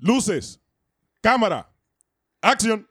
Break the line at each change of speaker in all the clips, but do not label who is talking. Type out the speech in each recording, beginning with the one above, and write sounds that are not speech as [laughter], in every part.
Luces, cámara, acción.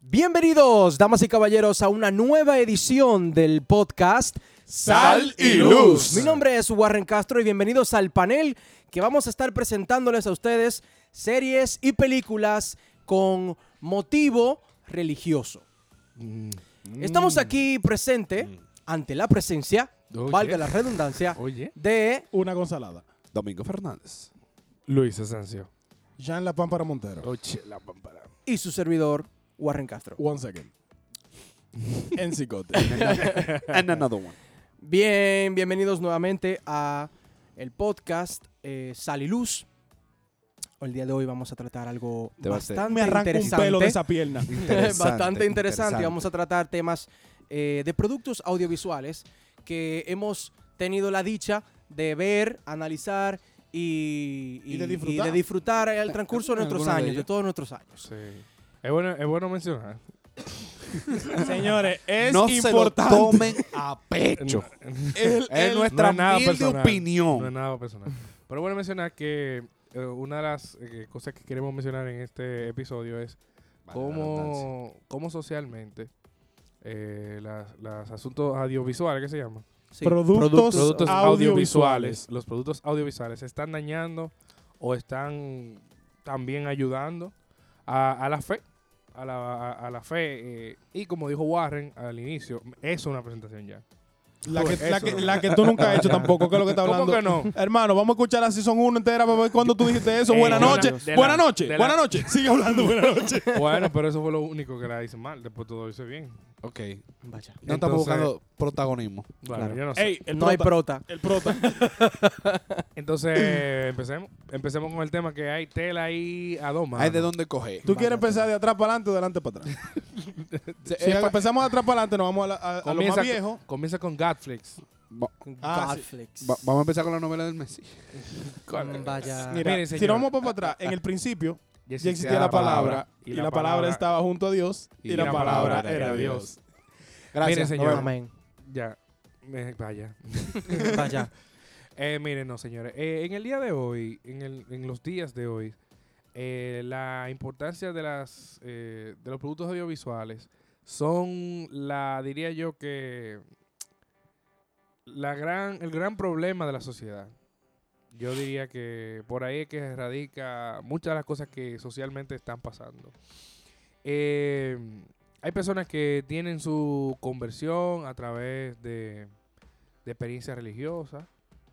Bienvenidos, damas y caballeros, a una nueva edición del podcast
Sal y Luz.
Mi nombre es Warren Castro y bienvenidos al panel que vamos a estar presentándoles a ustedes series y películas con motivo religioso.
Mm.
Estamos aquí presente ante la presencia,
Oye.
valga la redundancia,
Oye.
de
Una gonzalada.
Domingo Fernández.
Luis Asencio.
Jean La Pámpara Montero.
Oye, la pampara.
y su servidor Warren Castro.
One
[laughs]
second. En cicote.
And another one.
Bien, bienvenidos nuevamente a el podcast eh, Sal y Luz. El día de hoy vamos a tratar algo
Te va a hacer-
bastante
Me arranca un
interesante.
pelo de esa
[laughs]
pierna.
[laughs] bastante interesante. Vamos a tratar temas eh, de productos audiovisuales que hemos tenido la dicha de ver, analizar y,
Y de disfrutar.
disfrutar al transcurso de nuestros
Algunos de
años, de
ellos.
todos nuestros años.
Sí. Es bueno, es bueno mencionar.
Señores, es
no
importante.
se lo tomen
[laughs]
a pecho.
El-
es
el-
no
nuestra
es nada
humilde
personal.
opinión.
No es nada personal. Pero bueno mencionar que eh, una de las eh, cosas que queremos mencionar en este episodio es cómo, cómo socialmente eh, las, las asuntos audiovisuales, ¿qué se llama?
Sí.
Productos-
Productos
audiovisuales.
audiovisuales. Los productos audiovisuales están dañando o están también ayudando a, a la fe. A la, a- a la fe. eh, y como dijo Warren al inicio, eso es una presentación ya.
La que, la, que,
Eso.
la que tú nunca has hecho tampoco, que es lo que está
¿Cómo
hablando.
que no?
Hermano, vamos a escuchar la season 1 entera para ver cuándo tú dijiste eso.
Eh,
Buenas
de la-
noches.
de la-
Buenas noches.
de la-
Buenas noches. Sigue hablando. Buenas noches. [laughs]
Bueno, pero eso fue lo único que la hice mal. Después todo lo hice bien.
Ok.
Vaya.
No
Entonces-
estamos buscando protagonismo.
Bueno,
Claro.
yo no sé.
Ey, el
No hay
prota.
prota.
El prota.
Entonces, empecemos. Empecemos con el tema que hay tela ahí a dos manos.
Hay de dónde coger.
¿Tú quieres empezar de atrás para adelante o de adelante [laughs] para atrás? si
es pa-
empezamos de atrás para adelante, nos vamos a, la- a- a lo más
Comienza-
viejo.
Comienza con Godflix.
Va-
Ah, sí.
Godflex.
va- vamos a empezar con la novela del Messi.
Mm, Vaya.
Mira,
Miren,
si
señor.
nos vamos para atrás, en el [laughs] principio ya existía la palabra y la palabra estaba junto a Dios y la palabra era Dios.
Miren,
Gracias.
señor.
Nos vemos.
Amén.
Ya. Me- vaya.
Vaya.
Eh, miren, no, señores. Eh, en el día de hoy, en, el- en los días de hoy, eh, la importancia de, las, eh, de los productos audiovisuales son la, diría yo que, la gran, el gran problema de la sociedad. Yo diría que por ahí es que se radica muchas de las cosas que socialmente están pasando. Eh, hay personas que tienen su conversión a través de, de experiencia religiosa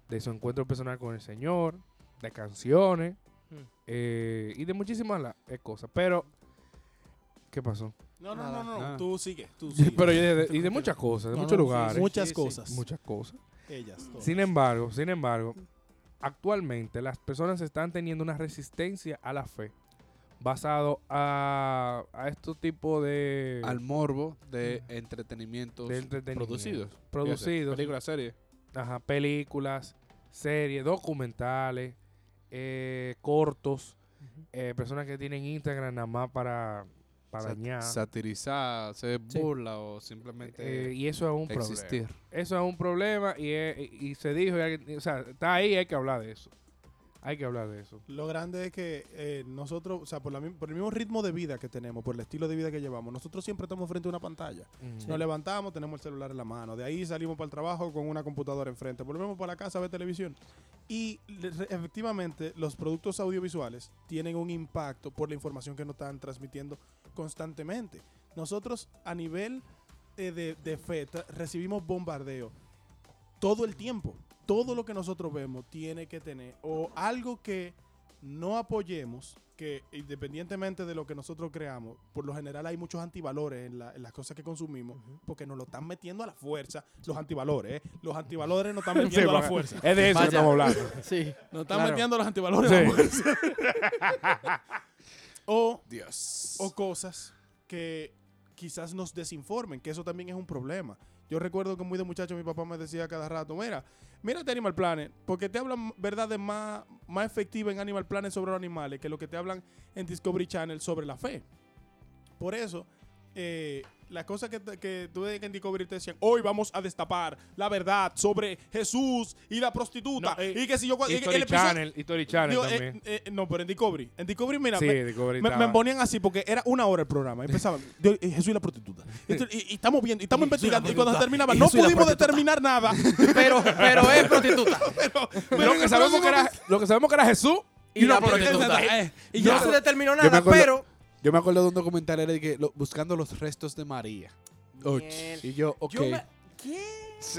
de su encuentro personal con el Señor, de canciones
Mm.
eh, y de muchísimas la- eh, cosas. Pero, ¿qué pasó?
No,
no, Nada, no, no, nada.
Tú sigue. [laughs] Tú
Pero y de, y de muchas cosas, de muchos lugares,
Muchas cosas.
muchas cosas.
Ellas. todas.
Sin embargo, sin embargo, actualmente las personas están teniendo una resistencia a la fe basado a, a estos tipos de
Al morbo de entretenimientos
de entretenimiento.
producidos.
Producidos.
Películas, series.
Ajá, películas, series, documentales, eh, cortos, eh, personas que tienen Instagram nada más para, para
Sat-
dañar.
Satirizar, hacer
Sí.
burla o simplemente
Eh, y eso es un problema.
existir.
Eso es un problema y, es- y- y se dijo, y alguien- o sea, está ahí, hay que hablar de eso. Hay que hablar de eso.
Lo grande es que eh, nosotros, o sea, por, la mi- por el mismo ritmo de vida que tenemos, por el estilo de vida que llevamos, nosotros siempre estamos frente a una pantalla. Nos levantamos, tenemos el celular en la mano. De ahí salimos para el trabajo con una computadora enfrente. Volvemos para la casa a ver televisión. Y le- re- efectivamente, los productos audiovisuales tienen un impacto por la información que nos están transmitiendo constantemente. Nosotros, a nivel eh, de, de fe, tra- recibimos bombardeo todo el tiempo. Todo lo que nosotros vemos tiene que tener o algo que no apoyemos, que independientemente de lo que nosotros creamos, por lo general hay muchos antivalores en, la- en las cosas que consumimos, porque nos lo están metiendo a la fuerza, los antivalores, ¿eh? Los antivalores nos están metiendo a la
va-
fuerza.
Es de eso que
Vaya.
estamos hablando.
Sí.
Nos están
Claro.
metiendo los antivalores a la fuerza. o,
Dios.
o cosas que quizás nos desinformen, que eso también es un problema. Yo recuerdo que muy de muchacho mi papá me decía cada rato, mira, mírate Animal Planet, porque te hablan verdades más, más efectivas en Animal Planet sobre los animales que lo que te hablan en Discovery Channel sobre la fe. Por eso, eh, las cosas que, te- que tú en Discovery te decían, hoy vamos a destapar la verdad sobre Jesús y la prostituta.
No, eh,
y que si yo... cua- [laughs] y que
History
el episodio-
Channel, History Channel
Digo, eh,
también.
eh, no, pero en Discovery. En Discovery, mira,
sí,
me-
de cobre
me, me
estaba.
ponían así porque era una hora el programa. Empezaban, yo, eh, Jesús y la prostituta. Esto- y, y estamos viendo, y estamos
Jesús y la
investigando. Y cuando
prostituta.
terminaba,
Y
no
Jesús y la
pudimos
prostituta.
determinar nada.
Pero, pero es prostituta.
Pero
lo,
en
que
el
sabemos
próximo
que era, lo que sabemos que era Jesús.
[laughs] Y la
la
prostituta.
prostituta.
Eh,
Y
yo-
ya no se determinó
me
nada,
acuerdo-
pero...
Yo me acuerdo de un documental era de que lo- buscando los restos de María. Och.
Miel.
Y yo, ok.
Yo me- ¿Qué?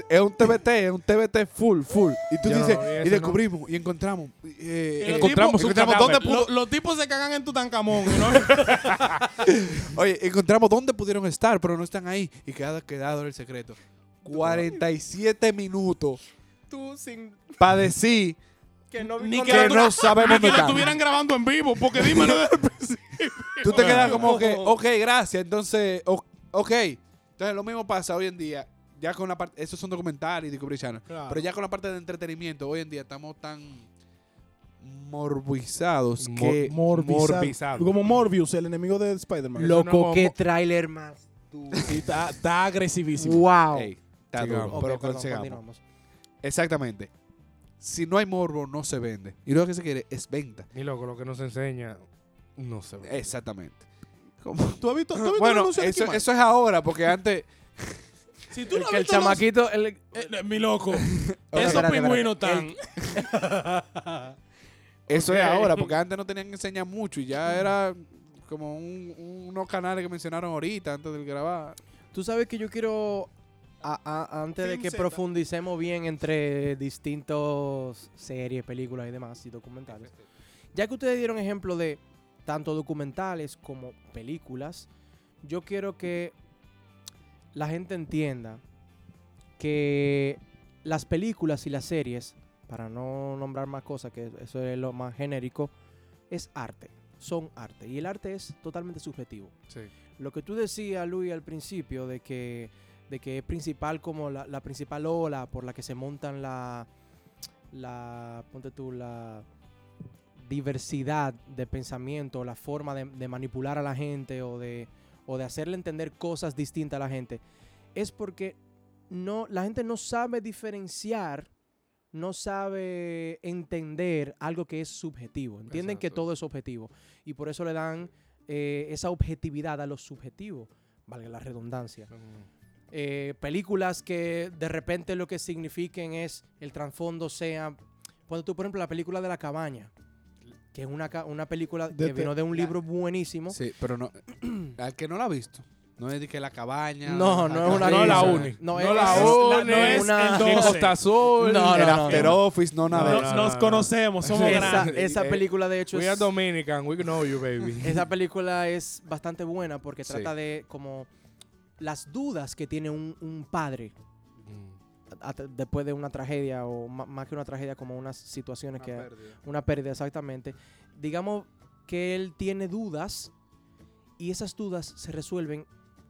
Es un TBT, es un TBT full, full. Y tú
Yo no
dices,
vi
y
ese,
descubrimos, y encontramos. eh,
El
eh,
encontramos
tipo-
un
encontramos
cadáver.
dónde pudo- los tipos se cagan en Tutankamón. ¿no?
Oye, encontramos dónde pudieron estar, pero no están ahí. Y queda quedado el secreto. 47 minutos
Tú sin...
para decir
Que no
Ni
no-
que
que
lo-
no sabemos
que
dónde
lo
están.
estuvieran grabando en vivo, porque dímelo desde el principio.
Tú te quedas como
No.
que, ok, gracias. Entonces, o- ok. Entonces, lo mismo pasa hoy en día. Ya con la parte, esos son documentales y Discovery Channel.
Claro.
Pero ya con la parte de entretenimiento, hoy en día estamos tan morbizados
Mo-
que
morbizado. morbizado.
Como Morbius, el enemigo de Spider-Man.
Lo- Eso
Loco,
no-
qué tráiler más.
Sí, está, está agresivísimo.
Wow.
Ey, está
Sigamos.
duro,
Ok,
pero
perdón,
consigamos.
continuamos.
Exactamente. Si no hay morbo, no se vende. Y lo que se quiere es venta.
Y loco, lo que nos enseña, no sé.
Exactamente.
¿Tú has visto, tú has visto el
Bueno,
anuncio de
eso,
Kimal?
eso es ahora, porque antes.
Si tú
El
no has
que el
visto los-
chamaquito... el-
Eh, eh, mi loco,
Ok,
esos
espérate,
pingüinos
espérate.
tan...
Eso
Ok.
es ahora, porque antes no tenían que enseñar mucho y ya era como un- unos canales que mencionaron ahorita antes del grabar.
Tú sabes que yo quiero, a- a- antes de
Film
que
Z.
profundicemos bien entre distintos series, películas y demás, y documentales, ya que ustedes dieron ejemplo de tanto documentales como películas, yo quiero que la gente entienda que las películas y las series, para no nombrar más cosas, que eso es lo más genérico, es arte, son arte, y el arte es totalmente subjetivo
Sí.
lo que tú decías, Luis, al principio, de que, de que es principal como la, la principal ola por la que se montan la, la, ponte tú, la diversidad de pensamiento, la forma de, de manipular a la gente o de, o de hacerle entender cosas distintas a la gente, es porque no, la gente no sabe diferenciar, no sabe entender algo que es subjetivo. Entienden que
Exacto.
todo es objetivo y por eso le dan eh, esa objetividad a lo subjetivo, valga la redundancia. Eh, películas que de repente lo que signifiquen es el trasfondo sea, cuando tú por ejemplo la película de la cabaña, que es una, ca- una película
De
que
te-
vino de un libro buenísimo.
Sí, pero no. [clears throat] al que no la ha visto. No es de que la cabaña.
No, no es una
No la
cosa.
uni.
No,
No
es,
la
es-
uni,
no es
es
una-
el doce.
no,
Costa Azul.
No,
el
no, no.
After Office, no nada. de
Nos,
eso.
no,
nos
no.
conocemos, somos
Esa,
grandes.
esa
Eh,
película de hecho
We are
es,
Dominican, we know you, baby.
esa película es bastante buena porque
Sí.
trata de como las dudas que tiene un- un padre a- a- después de una tragedia o ma- más que una tragedia como unas situaciones que una pérdida exactamente digamos que él tiene dudas y esas dudas se resuelven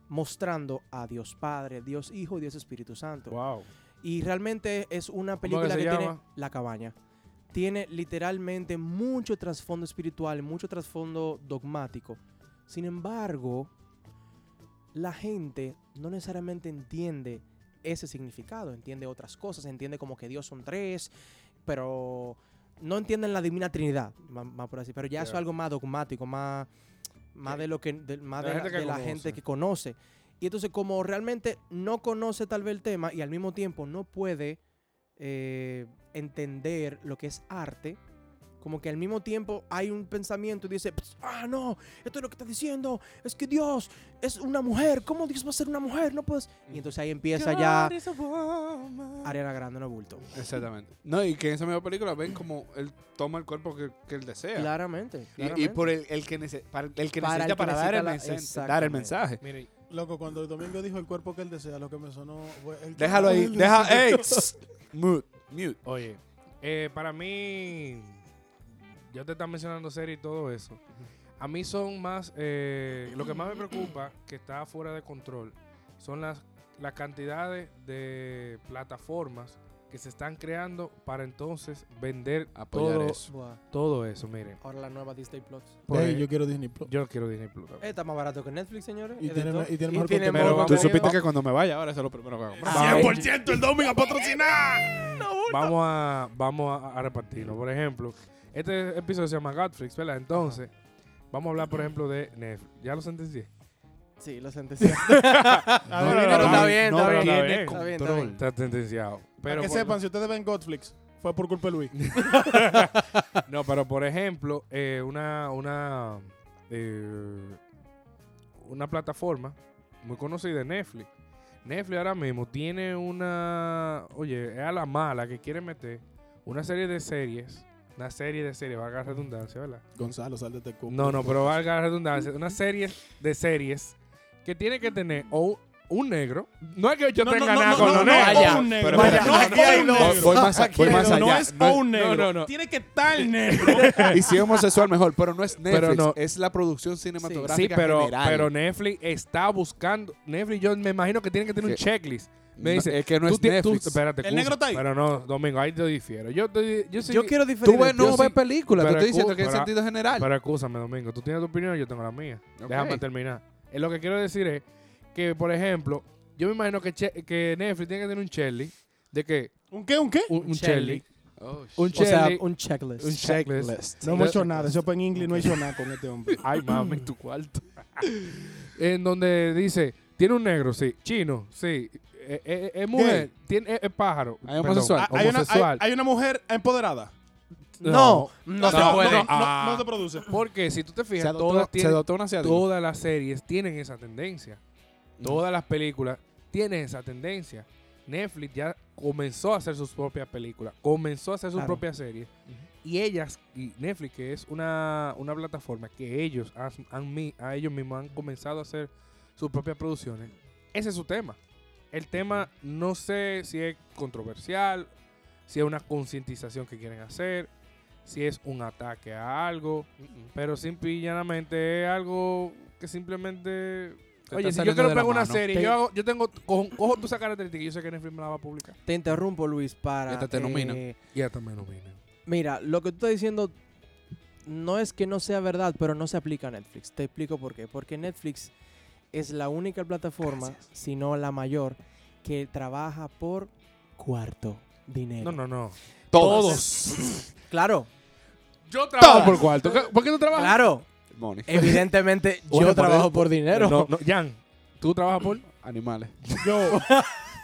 mostrando a Dios Padre Dios Hijo y Dios Espíritu Santo
Wow.
y realmente es una
¿Cómo que
película
se
que, tiene
llama?
la cabaña tiene literalmente mucho trasfondo espiritual mucho trasfondo dogmático sin embargo la gente no necesariamente entiende ese significado, entiende otras cosas, entiende como que Dios son tres, pero no entienden la divina Trinidad, más, más por así, pero ya eso es
Ya.
algo más dogmático, más, más de lo que de- más
La
de, la,
gente que
de la gente
conoce.
que conoce. Y entonces como realmente no conoce tal vez el tema y al mismo tiempo no puede eh, entender lo que es arte, como que al mismo tiempo hay un pensamiento y dice, "Ps, ah, no, esto es lo que está diciendo, es que Dios es una mujer, ¿cómo Dios va a ser una mujer? No puedes. Y entonces ahí empieza ya Ariana Grande, no bulto.
Exactamente. No, y que en esa misma película ven como él toma el cuerpo que, que él desea.
Claramente.
Y- Y, por el, el que, nece- para, el que
Para el que
necesita para dar,
necesita
el
la-
mensaje, dar el
exactamente.
mensaje.
Mire,
Loco, cuando el domingo dijo el cuerpo que él desea, lo que me sonó fue el que-
[laughs]
Déjalo ahí.
el-
Deja. ¡Ey! Mute. Mute.
oye, eh, para mí, ya te están mencionando series y todo eso. A mí son más. eh, lo que más me preocupa, que está fuera de control, son las, las cantidades de plataformas que se están creando para entonces vender
Apoyar
todo
eso.
Buah,
todo eso. Miren,
Ahora la nueva Disney Plus.
Por
Ey,
ahí-
yo quiero Disney Plus.
yo quiero Disney Plus. también.
Eh, Está más barato que Netflix, señores.
Y
Es de
tiene
todo.
me- y tiene mejor
contenido. Pero
Tú
vamos-
supiste que cuando me vaya, ahora eso es lo primero que hago.
Ah,
Sí.
100% el Domingo a patrocinar.
Vamos a, vamos a, a repartirlo. Por ejemplo, este episodio se llama Godflix, ¿verdad? Entonces, vamos a hablar, por ejemplo, de Netflix. Ya lo sentencié.
Sí, lo sentencié.
pero está
bien,
está bien.
tiene
Está bien,
está bien.
control.
Está sentenciado. Pero
Pero que
por-
sepan, si ustedes ven Godflix, fue por culpa de Luis.
No, pero por ejemplo, eh, una, una, eh, una plataforma muy conocida, Netflix. Netflix ahora mismo tiene una, oye, es a la mala que quiere meter una serie de series, una serie de series, valga la redundancia, ¿verdad?
[laughs] Gonzalo, sal de este Tecuco.
No, no, pero valga la redundancia, una serie de series que tiene que tener o un negro, no es que yo
No, no,
tenga
no,
nada
no,
con
no,
los
no,
negros.
o un negro.
Pero,
Vaya, no,
pero, no,
o un
no,
negro.
voy más a- voy
Pero
más allá.
No Eh, es
No es-
o un negro.
no, no.
Tiene que estar negro.
[laughs] Y si es homosexual, mejor. Pero no es Netflix,
Pero no.
es la producción
Sí,
cinematográfica
pero,
general.
pero Netflix está buscando. Netflix, yo me imagino que tiene que tener
Que-
un checklist. Me
No,
dice,
es que no
tú
es
ti- tú-
Netflix.
espérate,
El
excusa,
negro está ahí.
Pero no, Domingo, ahí te difiero. Yo, te- yo, [laughs] sí-
Yo quiero diferir.
Tú ves,
yo
no ves
sí-
películas, te
pero
estoy
escu-
diciendo que en
pero-
sentido general.
Pero escúchame, Domingo, tú tienes tu opinión, yo tengo la mía.
Ok.
Déjame terminar. Eh, lo que quiero decir es que, por ejemplo, yo me imagino que, che- que Netflix tiene que tener un checklist de que
¿Un qué? ¿Un qué?
un, un
checklist.
checklist,
Oh, shit.
un
O sea,
checklist,
un checklist.
un checklist.
pues, No hemos hecho nada. Eso es en inglés. No he hecho nada con este hombre.
Ay, mami, tu cuarto. [laughs] en donde dice, tiene un negro, sí. Chino, sí. Eh, eh, Es mujer, tiene, es, es pájaro.
Hay homosexual.
Ah,
Perdón,
Hay una, hay,
homosexual.
hay una mujer empoderada.
No, no,
No,
se
no,
puede.
No, no,
Ah.
no se produce.
Porque si tú te
Se
fijas,
adoptó,
todas,
se
tienen-
adoptó una ciudad.
todas las series tienen esa tendencia. Todas las películas tienen esa tendencia. Netflix ya comenzó a hacer sus propias películas, comenzó a hacer sus
Claro.
propias series. Y ellas, y Netflix, que es una, una plataforma que ellos han, han mi- a ellos mismos han comenzado a hacer sus propias producciones. Ese es su tema. El tema no sé si es controversial, si es una concientización que quieren hacer, si es un ataque a algo, pero simple y llanamente es algo que simplemente...
Te
Oye,
está
si
saliendo
yo quiero
de la
pegar una
mano.
serie,
Te-
yo, hago- yo tengo, cojo, cojo tu esa característica y yo sé que Netflix me la va a publicar.
Te interrumpo, Luis, para. eh,
Esta te nomina.
Ya también lo viene.
Mira, lo que tú estás diciendo no es que no sea verdad, pero no se aplica a Netflix. Te explico por qué. Porque Netflix es la única plataforma, si no la mayor, que trabaja por cuarto, dinero.
No, no, no.
[laughs] Claro,
Yo trabajo por cuarto.
¿Qué-
¿Por qué tú trabajas?
claro.
Money.
Evidentemente
Una
yo
por
trabajo
dedo.
por dinero.
No, no, Jan, ¿tú trabajas por...?
Animales. [laughs]
Yo,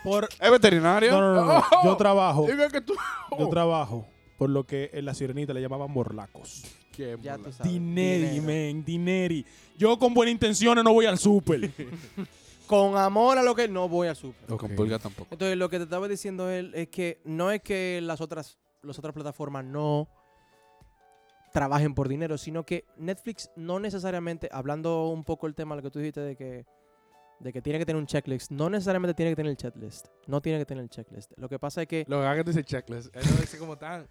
por.
¿Es veterinario? Oh,
No, no, no. no. [laughs] Yo trabajo.
Y veo que tú...
Yo trabajo por lo que en la sirenita le llamaban morlacos.
¿Qué
Ya
mola?
tú sabes,
Dineri,
dinero.
men, dineri. Yo con buenas intenciones no voy al súper.
Con amor a lo que no voy a super.
Con
[laughs]
pulga tampoco.
Entonces, lo que te estaba diciendo él es que no es que las otras, las otras plataformas no trabajen por dinero, sino que Netflix no necesariamente, hablando un poco el tema lo que tú dijiste de que, de que tiene que tener un checklist, no necesariamente tiene que tener el checklist. No tiene que tener el checklist. Lo que pasa es [laughs] que
Lo que hagas dice checklist. Él lo dice como tan...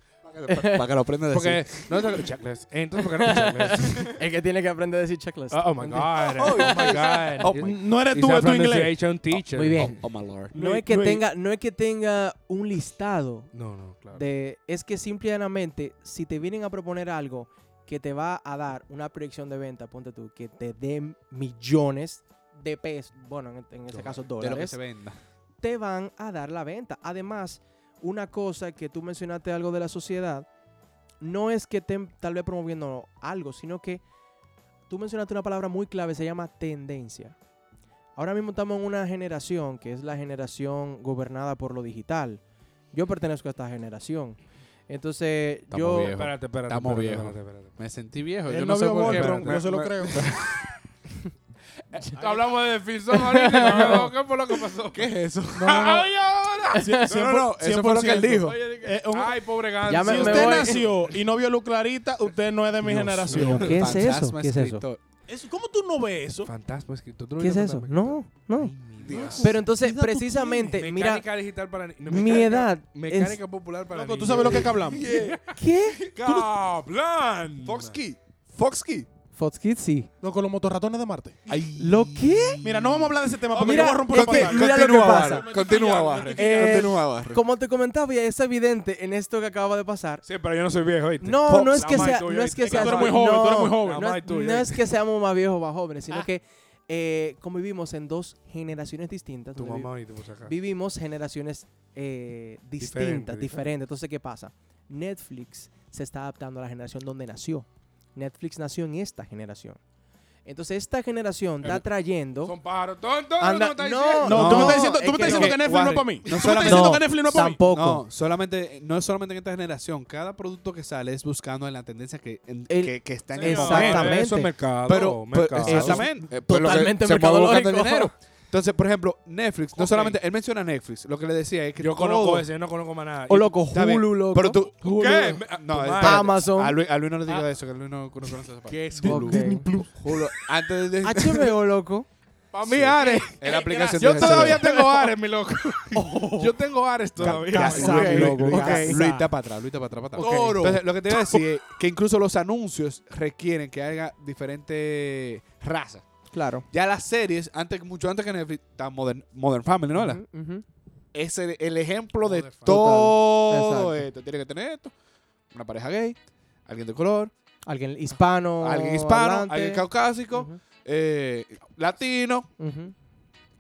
Para que lo aprenda a decir.
Porque no tengo checklist. Entonces, ¿por qué no tengo [laughs] checklist?
es que tiene que aprender a decir checklist.
Oh, oh my God. Oh, my God.
Oh,
It's-
No eres
it's
tú,
a
es tu inglés.
pronunciation teacher.
Muy bien.
Oh, oh, my lord.
No es que tenga, no es que tenga un listado
Oh, No, no, claro.
de es que simplemente si te vienen a proponer algo que te va a dar una proyección de venta, ponte tú, que te den millones de pesos, bueno, en, en ese caso
De lo que
dólares,
se venda.
te van a dar la venta. Además, una cosa que tú mencionaste algo de la sociedad, no es que estén tal vez promoviendo algo, sino que tú mencionaste una palabra muy clave, se llama tendencia. Ahora mismo estamos en una generación que es la generación gobernada por lo digital. Yo pertenezco a esta generación. Entonces,
Estamos
yo...
viejos.
Espérate, espérate.
Estamos
espérate,
viejos.
espérate, espérate, espérate.
Me sentí viejo. Yo
Él
no
no
sé
vio
por qué.
Voltron,
pero-
yo se lo creo.
Hablamos de Filson ahorita. ¿Qué fue lo que pasó?
¿Qué es
[laughs]
eso?
No, no, no.
¡Ay, ahora!
Cien- cien
No,
por-
no, eso
cien
fue
por
lo que él
ciento.
dijo.
Oye, dije,
Eh, un-
Ay, pobre Gans.
Ya me-
Si
me
usted
voy.
nació y no vio luz clarita, usted no es de mi
Dios
generación.
mío. ¿Qué es eso?
Fantasma
¿Qué es eso?
escritor.
Eso- ¿Cómo tú no ves eso?
Fantasma escrito.
¿Qué es eso? No, no.
mi
Dios.
Pero entonces,
Mira tú,
precisamente, mira,
Mecánica digital para... no,
mi
mecánica-
edad
Mecánica popular para
Loco, ¿tú
niños.
sabes lo que es que hablamos?
¿qué?
¡Cablan!
Fox Key. Fox Key.
Fox Kids sí.
Loco, los motorratones de Marte.
¿Lo qué? Ah,
Mira, no vamos a hablar de ese tema porque
mira,
yo voy a romper
es
la
que-
pantalla.
mira lo que
Continúa,
pasa.
Barre. Continúa, Barre.
Eh,
Continúa, Barre.
Como te comentaba, ya es evidente en esto que acaba de pasar.
Sí, pero yo no soy viejo, ¿oíste?
No,
Fox,
no es que
Este, la madre
sea,
tuya,
no es que
es que
sea,
tú eres muy joven,
no,
tú eres muy joven.
No,
La madre
es,
tuya, Ah.
no
¿eh?
es que seamos más viejos o más jóvenes, sino que eh, convivimos en dos generaciones distintas.
Tu
donde vi-
mamá y tú, por si acaso.
vivimos generaciones eh,
Diferente,
distintas,
diferente.
diferentes. Entonces, ¿qué pasa? Netflix se está adaptando a la generación donde nació. Netflix nació en esta generación. Entonces, esta generación está
Pero-
trayendo...
Son pájaros tontos,
Anda-
¿no estás
no,
No,
diciendo?
tú me
No,
estás diciendo,
es
tú me estás
que-
diciendo
es
que
que,
Netflix no
Warren,
es para mí. Tú me estás
solamente-
diciendo
No,
que Netflix no es para mí.
tampoco.
No, solamente, no es solamente en esta generación. Cada producto que sale es buscando en la tendencia que, en-
El-
que, que está en
Señor,
el momento.
Exactamente.
Eso es mercado.
Pero,
mercado.
pero- exactamente. Eh, pues lo que
Totalmente
se mueve buscando el
mercadológico.
dinero. Entonces, por ejemplo, Netflix, no
Ok.
solamente, él menciona Netflix, lo que le decía es que
Yo conozco
todo-
ese, yo no conozco más nada.
O loco,
Eh, Está bien,
Hulu, loco.
Pero tú,
Hulu. ¿Qué? Me- a- tu
No,
madre.
espérate.
Amazon.
A Luis, a Luis no le diga
Ah.
eso, que Luis no conoce esa parte.
¿Qué es
Ok.
Hulu?
Hulu, antes de...
HBO, loco.
Para mí, Ares.
En
[laughs]
la aplicación
Yo
de
todavía
HBO.
[laughs] tengo Ares, mi loco. Yo tengo Ares todavía.
Ya,
Casa,
Luis, Luis,
loco,
Luis, Luis,
casa.
Luis, está para atrás, Luis, está para atrás, para atrás.
Toro.
Entonces, lo que te iba a decir es que incluso los anuncios requieren que haya diferentes razas.
Claro.
Ya las series, antes, mucho antes que Netflix, está Modern, Modern Family, ¿no? ¿Verdad?
Ujú, ujú.
Es el, el ejemplo de
Modern Family.
Exacto.
todo esto. Tiene que tener esto. Una pareja gay, alguien de color,
Alguien hispano.
alguien hispano,
hablante.
alguien caucásico,
Oh, Ujú,
eh, latino,
ujú.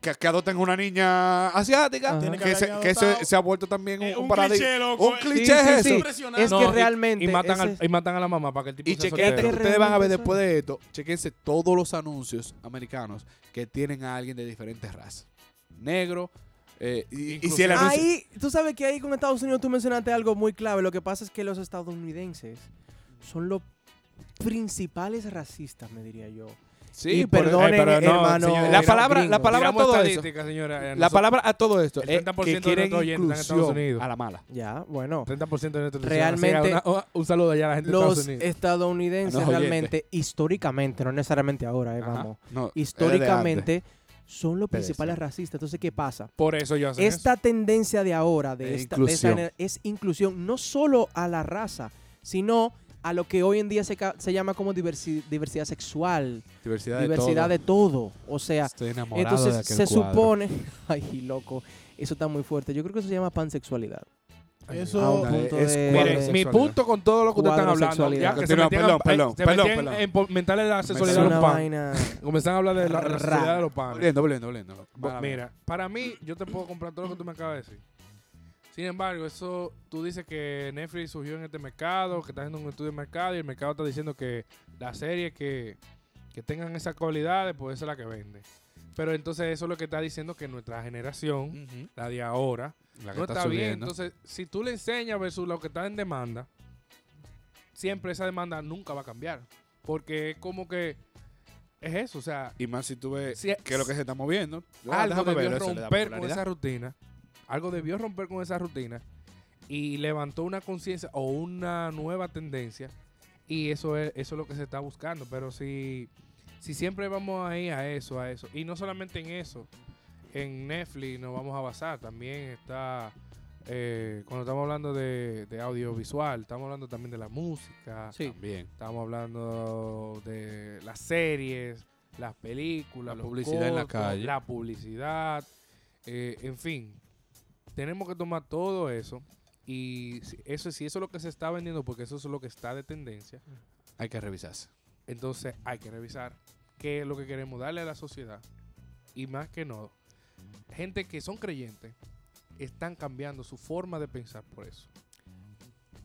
que, que adopten una niña asiática,
Ajá. Tiene
que
que, se,
haber
que se,
adoptado.
se ha vuelto también un,
Eh, un
paradigma.
cliché, loco.
Un
Sí,
cliché
sí,
es
sí.
eso.
Impresionante.
Es que
No, y-
realmente...
Y matan,
ese-
al, y matan a la mamá para que el tipo
Y
sea
chequéate,
soltero.
soltero.
ustedes van a ver
Realmente
después de esto, chequense todos los anuncios americanos que tienen a alguien de diferentes razas. Negro, eh, y, y si el
Inclusive.
anuncio...
Ahí, tú sabes que ahí con Estados Unidos tú mencionaste algo muy clave. Lo que pasa es que los estadounidenses son los principales racistas, me diría yo.
Sí,
y
por-
perdonen,
eh, pero no,
hermano.
señores,
la palabra- la
gringo.
palabra
Tiramos
todo eso.
estadísticas, señora. eh,
La
nosotros-
palabra a todo esto
El
es
30%
que
de
quieren
nuestros oyentes están en Estados
inclusión
Unidos.
a la mala.
Ya, bueno.
30% de nuestros
Realmente-
Así que una- una- un saludo allá a la gente de Estados
Los
Unidos.
estadounidenses
Ah, No, oyente.
realmente, históricamente, no necesariamente ahora, eh, vamos.
Ajá. No, es de
Históricamente son los
Pero
principales racistas. Entonces, ¿qué pasa?
Por eso yo hacen
Esta tendencia de ahora, de,
De
esta, de esta
inclusión.
gener- es inclusión no solo a la raza, sino a lo que hoy en día se, ca- se llama como diversi- diversidad sexual.
antes. diversidad,
diversidad
de
de todo. O sea,
Estoy enamorado de
entonces
aquel
se
cuadro.
supone. [laughs] Ay, loco, eso está muy fuerte. Yo creo que eso se llama pansexualidad.
Eso-
a un
Dale,
punto
es
de-
cuadro
Miren,
sexualidad.
mi punto con todo lo que ustedes están
Cuadro
hablando,
sexualidad.
ya que se
Continúa,
metían,
perdón,
eh,
perdón,
se
perdón,
metían
perdón.
en po- mentales de la
Es
sexualidad de
una
los pan.
[laughs]
vaina.
Comenzaron a hablar de la,
Rara.
la sexualidad de los pan.
Volviendo, volviendo, volviendo. Mala mía.
Pues Mira, para mí, yo te puedo comprar todo lo que tú me acabas de decir. Sin embargo, eso, tú dices que Netflix surgió en este mercado, que está haciendo un estudio de mercado y el mercado está diciendo que las series que, que tengan esas cualidades, pues esa es la que vende. Pero entonces eso es lo que está diciendo que nuestra generación,
Ujú.
la de ahora,
Mm. La que
no está bien.
subiendo.
Entonces, si tú le enseñas versus lo que está en demanda, siempre esa demanda nunca va a cambiar. Porque es como que es eso. O sea,
Y más si tú ves
Si-
que lo que se está moviendo. Ah,
algo
déjame
debió
verlo, eso le da
romper con
popularidad.
esa rutina. Algo debió romper con esa rutina. Y levantó una conciencia o una nueva tendencia. Y eso es, eso es lo que se está buscando. Pero si, si siempre vamos ahí a eso, a eso. Y no solamente en eso. En Netflix nos vamos a basar. También está. eh, cuando estamos hablando de, de audiovisual, estamos hablando también de la música.
Sí.
Ah, También.
Estamos hablando de las series, las
La
películas, los
publicidad en la
cortos,
calle.
La publicidad, eh, en fin. Tenemos que tomar todo eso y si eso, si eso es lo que se está vendiendo, porque eso es lo que está de tendencia,
Hay que revisarse.
entonces hay que revisar qué es lo que queremos darle a la sociedad. Y más que no, gente que son creyentes están cambiando su forma de pensar por eso.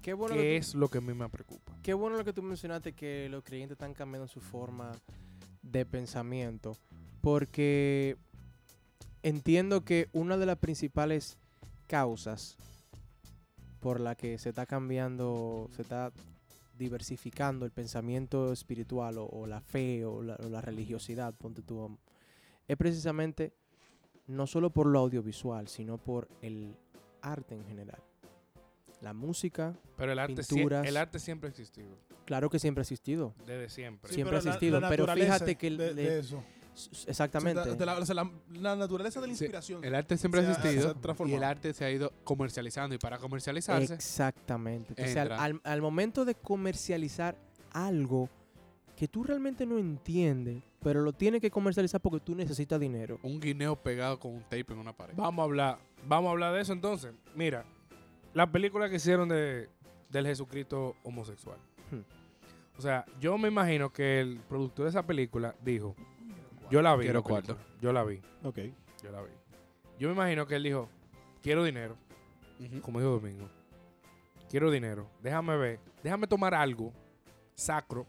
Qué bueno
que
que
es lo que a mí me preocupa.
Qué bueno lo que tú mencionaste, que los creyentes están cambiando su forma de pensamiento. Porque entiendo que una de las principales causas por la que se está cambiando, se está diversificando el pensamiento espiritual o, o la fe o la, o la religiosidad, ponte tú, am, es precisamente no solo por lo audiovisual, sino por el arte en general. La música,
Pero el arte, sie-
Pinturas.
el arte siempre ha existido.
claro que siempre ha existido.
Desde siempre.
Sí. siempre ha
la-
existido,
la
pero
naturaleza
fíjate que el-
de-
le-
de eso.
S- Exactamente.
O sea, de la, o sea, la- la naturaleza de la
Sí,
inspiración.
El arte siempre
Se
ha
ha- se ha
existido y
transformado.
el arte se ha ido comercializando y para comercializarse
Exactamente. Entonces, al,
Entra.
al- al momento de comercializar algo que tú realmente no entiendes, pero lo tienes que comercializar porque tú necesitas dinero.
un guineo pegado con un tape en una pared.
Vamos a hablar, vamos a hablar de eso entonces. Mira, la película que hicieron de, del Jesucristo homosexual.
Hmm.
O sea, yo me imagino que el productor de esa película dijo, yo la vi.
Quiero
la película, Yo la vi,
Ok.
yo la vi. Yo me imagino que él dijo, quiero dinero,
Ujú.
como dijo Domingo. Quiero dinero, déjame ver, déjame tomar algo sacro,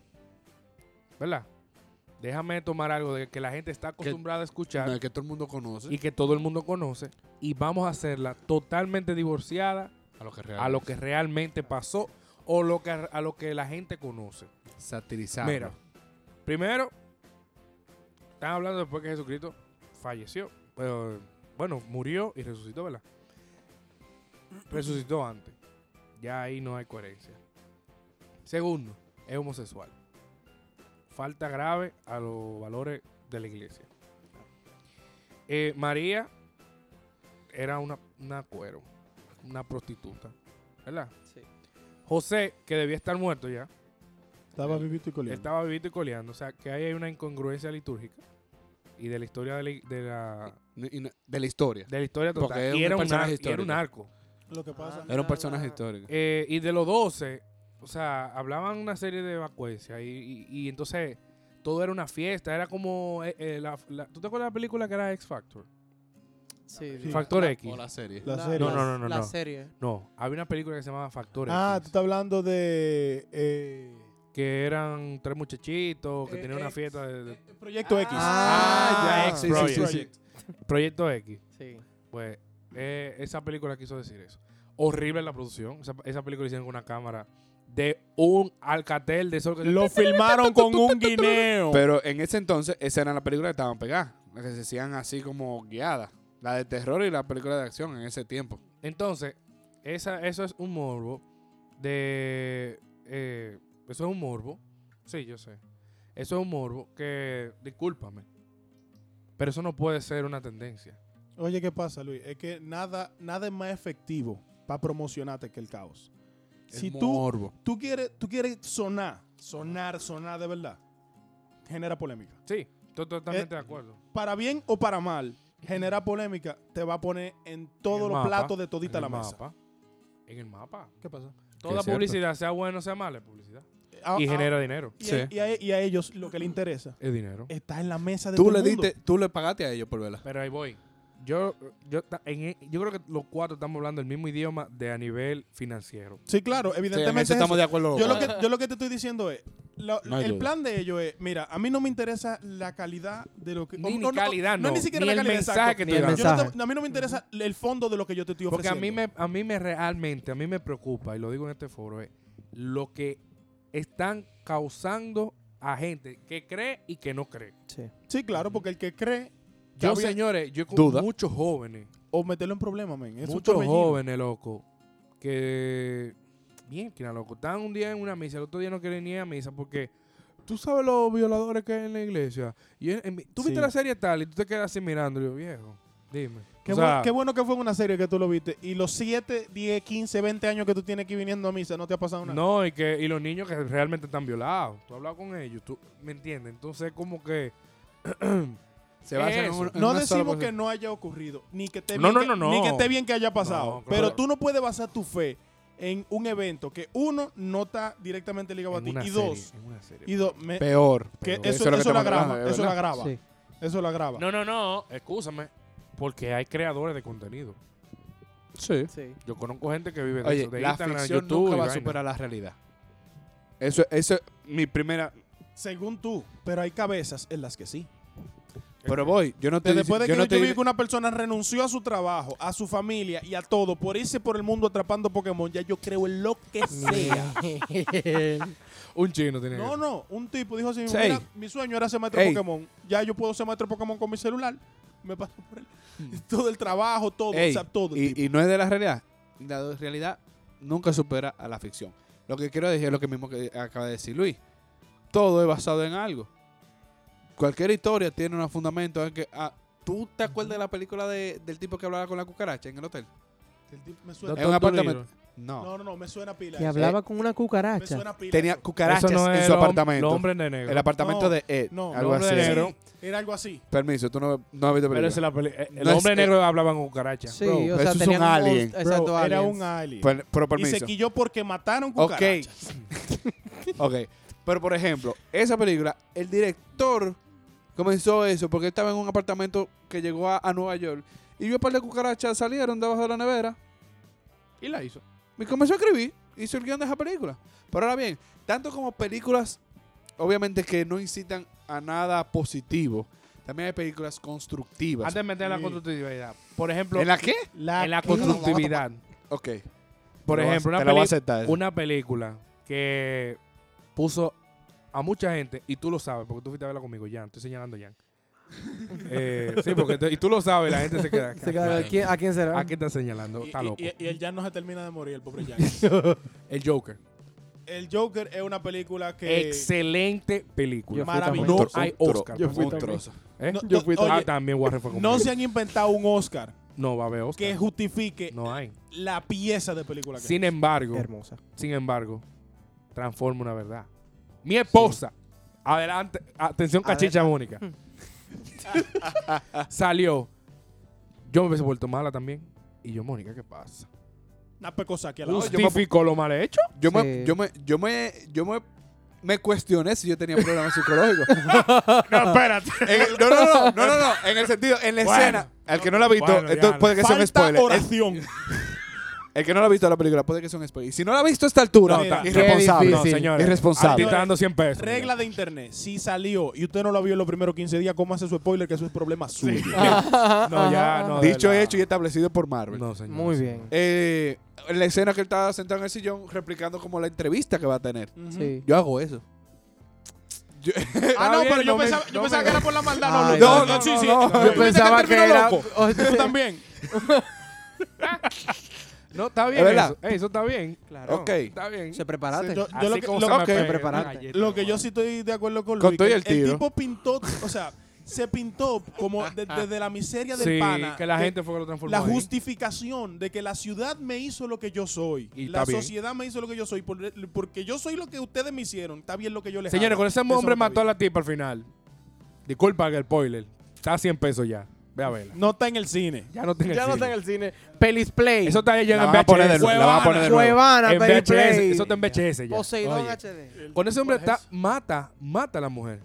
¿verdad? Déjame tomar algo de que la gente está acostumbrada a escuchar
No, que todo el mundo conoce
y que todo el mundo conoce y vamos a hacerla totalmente divorciada
a lo que
a lo que realmente pasó o lo que, a lo que la gente conoce.
satirizar.
Mira, primero, están hablando después que Jesucristo falleció, pero bueno, murió y resucitó, ¿verdad? Resucitó antes. Ya ahí no hay coherencia. Segundo, es homosexual. Falta grave a los valores de la iglesia. Eh, María era una, una cuero, una prostituta, ¿verdad? José, que debía estar muerto ya,
Estaba vivito y coleando.
estaba vivito y coleando. O sea, que ahí hay una incongruencia litúrgica y de la historia de la, de la,
Y- y no- de la historia.
de la historia total.
Porque es
y
un
era un,
personaje
ar- y era un
histórico.
arco.
Lo que pasa.
Era un personaje histórico.
Eh, y de los 12, o sea, hablaban una serie de evacuencias y, y- y entonces todo era una fiesta. Era como. eh, eh, la- la- ¿Tú te acuerdas de la película que era X Factor?
Sí.
Sí.
Factor X.
O la serie.
La serie.
No, no, no, no,
La
no.
serie.
No, había una película que se llamaba Factor
Ah, tú
X.
estás hablando de. eh,
Que eran tres muchachitos que
Eh,
tenían una
X.
fiesta de, de-
Proyecto X.
Ah,
Ah, ya,
Sí,
X
sí, sí, sí.
Proyecto X.
Sí.
Pues eh, esa película quiso decir eso. Horrible la producción. Esa, esa película hicieron con una cámara de un alcatel de esos que-
Lo filmaron con un guineo.
Pero en ese entonces, esas eran las películas que estaban pegadas. Las que se hacían así como guiadas. La de terror y la película de acción en ese tiempo.
Entonces, esa, eso es un morbo de... eh, eso es un morbo. Sí, yo sé. Eso es un morbo que... Discúlpame. Pero eso no puede ser una tendencia.
Oye, ¿qué pasa, Luis? Es que nada, nada es más efectivo para promocionarte que el caos.
El
Si tú,
morbo.
tú, quieres, tú quieres sonar, sonar, sonar de verdad, genera polémica.
Sí, estoy totalmente
Eh,
de acuerdo.
Para bien o para mal, genera polémica, te va a poner en
En
todos
el
los
mapa,
platos de todita
en
la
el
mesa.
mapa. En el mapa.
¿Qué pasa?
Toda
es cierto.
publicidad, sea buena o sea mala, es publicidad.
Ah,
y
ah,
genera dinero.
y a- y a- y a ellos lo que le interesa
Es dinero.
está en la mesa de
Tú
todo
le
el mundo.
diste, tú le pagaste a ellos por verla.
Pero ahí voy. Yo, yo, ta- en- e, yo creo que los cuatro estamos hablando el mismo idioma de a nivel financiero.
Sí, claro,
Sí, en
evidentemente.
eso
es
estamos
eso.
de acuerdo. los
yo, lo que,
cuatro.
yo lo que te estoy diciendo es, lo-
No hay
el
duda.
plan de ellos es, mira, a mí no me interesa la calidad de lo que...
Ni- ni calidad, no.
ni siquiera
Ni
la
el
calidad,
mensaje
exacto.
que
te Ni el dan.
Yo no te-
mensaje.
a mí no me interesa el fondo de lo que yo te estoy
Porque
ofreciendo.
a mí, me, a mí me realmente, a mí me preocupa, y lo digo en este foro, es lo que están causando a gente que cree y que no cree.
Sí.
Sí, claro, porque el que cree... que
Yo,
había-
señores, yo con
Duda.
muchos jóvenes,
O meterlo en problemas, men. Es un
muchos
torbellino.
jóvenes, loco, que... Bien, que loco. Estaban un día en una misa, el otro día no quieren ir a misa porque... Tú sabes los violadores que hay en la iglesia. Y en- en mi- tú viste
Sí.
la serie tal y tú te quedas así mirando, yo, viejo, dime.
Qué,
O sea,
bueno, qué bueno que fue en una serie que tú lo viste. Y los 7, 10, 15, 20 años que tú tienes aquí viniendo a misa, no te ha pasado nada.
No, y que y los niños que realmente están violados. Tú has hablado con ellos, tú me entiendes. Entonces, como que
Se basa en
Eso.
un- en
No
una sola
decimos
cosa.
que no haya ocurrido, ni que esté, bien,
No, no, no,
que, ni
no.
que esté bien que haya pasado.
No, claro.
Pero tú no puedes basar tu fe en un evento que uno no está directamente ligado a
en
ti.
una
Y
serie,
dos,
en una serie.
y dos, me-
peor.
que eso,
peor. es lo que
eso lo
estamos hablando,
agrava,
es
eso lo
verdad.
agrava.
Sí.
Eso lo agrava.
No, no, no, escúchame. Porque hay creadores de contenido.
Sí.
Sí.
Yo conozco gente que vive de
Oye,
eso, de
la
Instagram,
ficción
YouTube
nunca
y
va a
vaina.
superar la realidad. Eso, eso es mi primera.
Según tú, pero hay cabezas en las que sí.
Pero voy, yo no te
Que después de
yo
que
no
yo,
te
vi que una persona renunció a su trabajo, a su familia y a todo por irse por el mundo atrapando Pokémon, ya yo creo en lo que sea.
Un chino tiene
No, no, un tipo dijo así, mismo,
Ey.
"Mira, mi sueño era ser maestro
Ey.
Pokémon. Ya yo puedo ser maestro Pokémon con mi celular. Me paso por él. [laughs] Todo el trabajo, todo,
Mm. Ey,
o sea, todo. el tipo.
y, y no es de la realidad. La realidad nunca supera a la ficción. Lo que quiero decir es lo que mismo que acaba de decir Luis. Todo es basado en algo. Cualquier historia tiene un fundamento. en que- ah, ¿Tú te acuerdas de la película de- del tipo que hablaba con la cucaracha en el hotel?
El tipo- me suena-
Es un apartamento. No.
No, no, no, me suena pila.
Que
eso.
hablaba con una
Me
cucaracha.
suena pila.
Tenía
eso.
cucarachas en su apartamento.
El hombre de negro.
El apartamento
No,
de Ed.
no,
algo
el hombre
así.
de negro.
Era algo así.
Permiso, tú no, no has visto
Pero
película.
esa es la peli- El
No es-
hombre negro hablaba en cucaracha.
Sí,
Bro,
o
eso
sea,
es un
tenían un
alien.
host- exacto,
Bro, era
aliens.
un alien.
Per- pero
y se
permiso.
quilló porque mataron
Ok.
cucarachas.
[laughs] Ok. Pero por ejemplo, esa película, el director comenzó eso porque estaba en un apartamento que llegó a, a Nueva York y vio un par de cucarachas salieron debajo de la nevera y la hizo. Y comenzó a escribir, hizo el guión de esa película. Pero ahora bien, tanto como películas, obviamente que no incitan a nada positivo, también hay películas constructivas.
Antes de meter en la
Sí.
constructividad. Por ejemplo,
¿En la qué?
en la constructividad.
Ok.
Por
Te lo
ejemplo,
voy a-
una,
te lo voy a
peli-
aceptar.
una película que puso a mucha gente, y tú lo sabes, porque tú fuiste a verla conmigo, Jan, estoy señalando a Jan. Eh, sí, porque te- y tú lo sabes, la gente se queda.
Se queda- ¿a, quién, a quién será?
¿A qué está señalando? Está loco.
Y, eh, y- y él ya no se termina de morir, el pobre
[laughs]
Jack.
el Joker.
el Joker es una película que.
Excelente película.
Yo fui
Maravilloso.
No
Un
tro-
hay
un tro-
Oscar.
yo
por
fui
favor.
también.
¿Eh?
No,
Yo
no,
fui
oye,
Ah, también Warren fue
No
conmigo.
se han inventado un Oscar
No va a haber Oscar.
que justifique
No hay.
la pieza de película que
Sin embargo,
Hermosa.
sin embargo, transforma una verdad. Mi esposa. Adelante. Atención, cachicha Mónica.
Hmm.
[laughs] Salió. Yo me hubiese vuelto mala también. Y yo, Mónica, ¿qué pasa?
Una pecosa aquí a la hora.
¿Justificó lo mal
[laughs]
hecho?
Yo,
Sí.
me, yo, me, yo, me, yo me, me cuestioné si yo tenía problemas [laughs] psicológicos.
No, espérate. [laughs]
En el- no, no, no, no, no, no, en el sentido, en la
Bueno.
escena, al que no la ha visto,
Bueno, ya,
entonces puede que sea un
Falta
spoiler. El,
oración.
el que no la ha visto la película puede que sea un spoiler. Y si no la ha visto a esta altura,
No, ta-
irresponsable.
No, señores. A ti
irresponsable.
te dando 100 pesos.
Regla de internet. Si salió y usted no lo vio en los primeros 15 días, ¿cómo hace su spoiler? Que eso es problema suyo.
No, ya, no. de
Dicho,
verdad.
hecho y establecido por Marvel.
No, señor.
Muy bien.
Eh, en la escena que él estaba sentado en el sillón replicando como la entrevista que va a tener.
Ujú.
Sí.
Yo hago eso. Yo- [laughs]
Ah, no,
Está bien,
pero yo
no me-
pensaba, yo
no
pensaba
me-
que
[laughs]
era por la maldad.
Ay,
no,
no,
no,
no,
sí,
no,
sí.
no. Yo
¿Viste
pensaba que
terminó
era-
loco? Tú también.
No, está bien.
Es verdad.
Eso. Ey, eso está bien.
Claro.
ok.
Está bien.
[laughs] Se preparaste.
Yo- yo
Así
lo que-
como
lo-
se me
ok.
pega,
Prepárate.
galleta,
Lo que yo sí estoy de acuerdo con Luis.
Con todo y
que
el tiro.
tipo pintó, o sea, se pintó como de- desde la miseria del
Sí,
pana.
que la
que
gente fue que lo transformó.
la
ahí.
justificación de que la ciudad me hizo lo que yo soy.
Y
la
está bien.
sociedad me hizo lo que yo soy. por- porque yo soy lo que ustedes me hicieron. Está bien lo que yo les
Señores,
haga.
con ese
Eso no
hombre
está
mató a
bien.
la tipa al final. Disculpa que el spoiler. Está a 100 pesos ya. Ve a verla.
No está en el cine.
Ya no tengo
Ya no está en el cine. Pelis Play.
Eso está ya
La
en
van a poner de
VHS.
nuevo. La van a poner de nuevo.
Cuevana,
En
Pelis
VHS.
Play.
Eso está en VHS ya.
Poseidón
Oye,
HD.
Con ese hombre está, mata, mata a la mujer.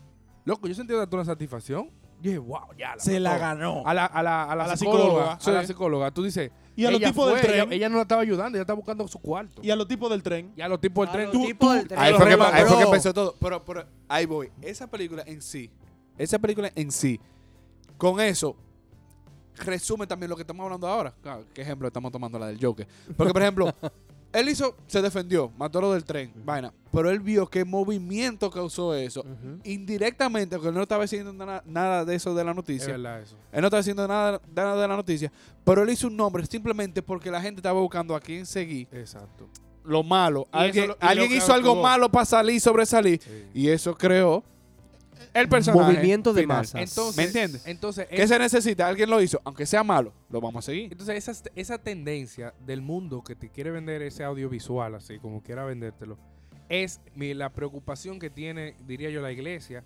Loco, yo sentí de una satisfacción. Yo dije, wow, ya la
Se la
mató.
ganó.
A la, a la, a la
A la
psicóloga.
psicóloga,
A la
sí.
psicóloga. Tú dices.
Y a los
ella
tipos del
fue,
tren.
Ella, ella no la estaba ayudando, ella estaba buscando su cuarto.
Y a los tipos del tren.
Y a los tipos del tren. tú-
tipo del tren.
Ahí fue, que,
Lo
ahí fue que
logró.
empezó todo. Pero, pero ahí voy. Esa película en sí, esa película en sí, con eso, resume también lo que estamos hablando ahora. Claro, ¿Qué ejemplo estamos tomando? La del Joker. Porque, por ejemplo, él hizo, se defendió, mató lo del tren, vaina. Pero él vio qué movimiento causó eso.
Ujú.
Indirectamente, aunque él no estaba diciendo na- nada de eso de la
Es
noticia.
verdad eso.
Él no estaba diciendo nada, nada de la noticia. Pero él hizo un nombre simplemente porque la gente estaba buscando a quién seguir
Exacto.
lo malo.
Y eso
Alguien,
lo- y
alguien
lo que
hizo algo
actuó.
malo para salir, sobresalir.
Sí.
Y eso creó el personaje.
Movimiento de
final.
masas.
¿Me entiendes?
Entonces,
¿Qué se necesita? Alguien lo hizo. Aunque sea malo, lo vamos a seguir.
Entonces, esa, esa tendencia del mundo que te quiere vender ese audiovisual, así como quiera vendértelo, es mi- la preocupación que tiene, diría yo, la iglesia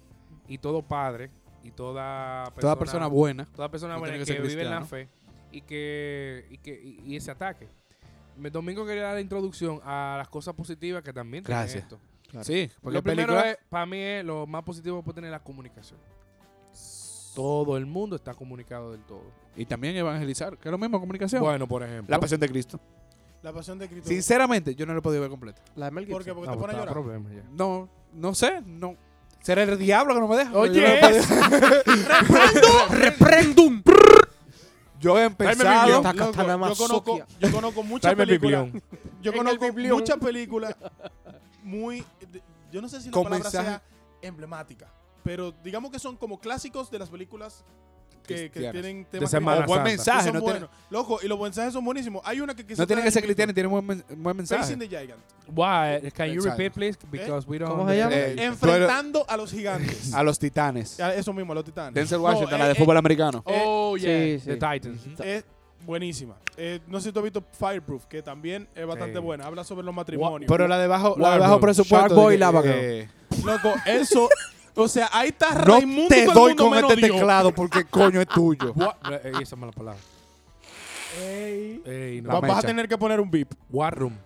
y todo padre y toda persona,
Toda persona buena.
toda persona
no
buena
tiene
que,
que ser
vive en la fe y que, y que y- y ese ataque. Me- Domingo quería dar la introducción a las cosas positivas que también tiene
Gracias.
esto.
Sí, porque
lo primero
película-
es, para mí, es lo más positivo que puede tener la comunicación. Todo el mundo está comunicado del todo.
Y también evangelizar, que es lo mismo comunicación.
Bueno, por ejemplo.
la pasión de Cristo.
La pasión de Cristo.
Sinceramente, yo no lo he podido ver completo.
La de Mel
¿Por qué?
Gibson.
Porque te pone a
Ah,
No, está
pues,
llorar.
problema ya.
No, no sé. No. Será el diablo que no me deja. Yo no he
Oye,
podido-
¡Reprendum!
yo he empezado.
Taca,
Loco,
tana,
yo, conozco,
masoquia.
yo conozco muchas
Tráeme el
películas.
biblión.
Yo
En el
conozco
biblión.
muchas películas muy. de- Yo no sé si la
Con
palabra
mensaje.
sea emblemática, pero digamos que son como clásicos de las películas que, que
Cristianos.
tienen
De
temas
Semana
que-
O buen
Santa.
que
mensaje.
son
No, tiene-
buenos. Loco, y los mensajes son buenísimos. Hay una que quizás
no tienen
está
que ser
en
cristianos,
YouTube.
tienen un buen, buen mensaje.
Facing the Giant.
Why? Can you
Exacto.
repeat, please? Because we don't.
¿Cómo se llama?
Eh,
Enfrentando a los gigantes.
A los titanes.
A Eso mismo, a los titanes.
Denzel
No,
Washington, la
eh,
de
eh,
fútbol americano.
Oh,
Sí,
yeah.
sí.
The Titans.
Es buenísima. Eh, no sé si tú has visto Fireproof, que también es bastante
Sí.
buena. Habla sobre los matrimonios.
Pero la de bajo, la de
Warburg.
bajo presupuesto.
Sharkboy
de que-
y Lavagirl.
eh,
Loco, eso. O sea, ahí está
no
Raimundo
te
todo el
doy
mundo
con
menos
este
Dios.
teclado porque coño es
[laughs]
tuyo.
What? Eh, Esa es mala palabra. Ey, no.
Va- vas a
mecha.
tener que poner un beep.
War Room.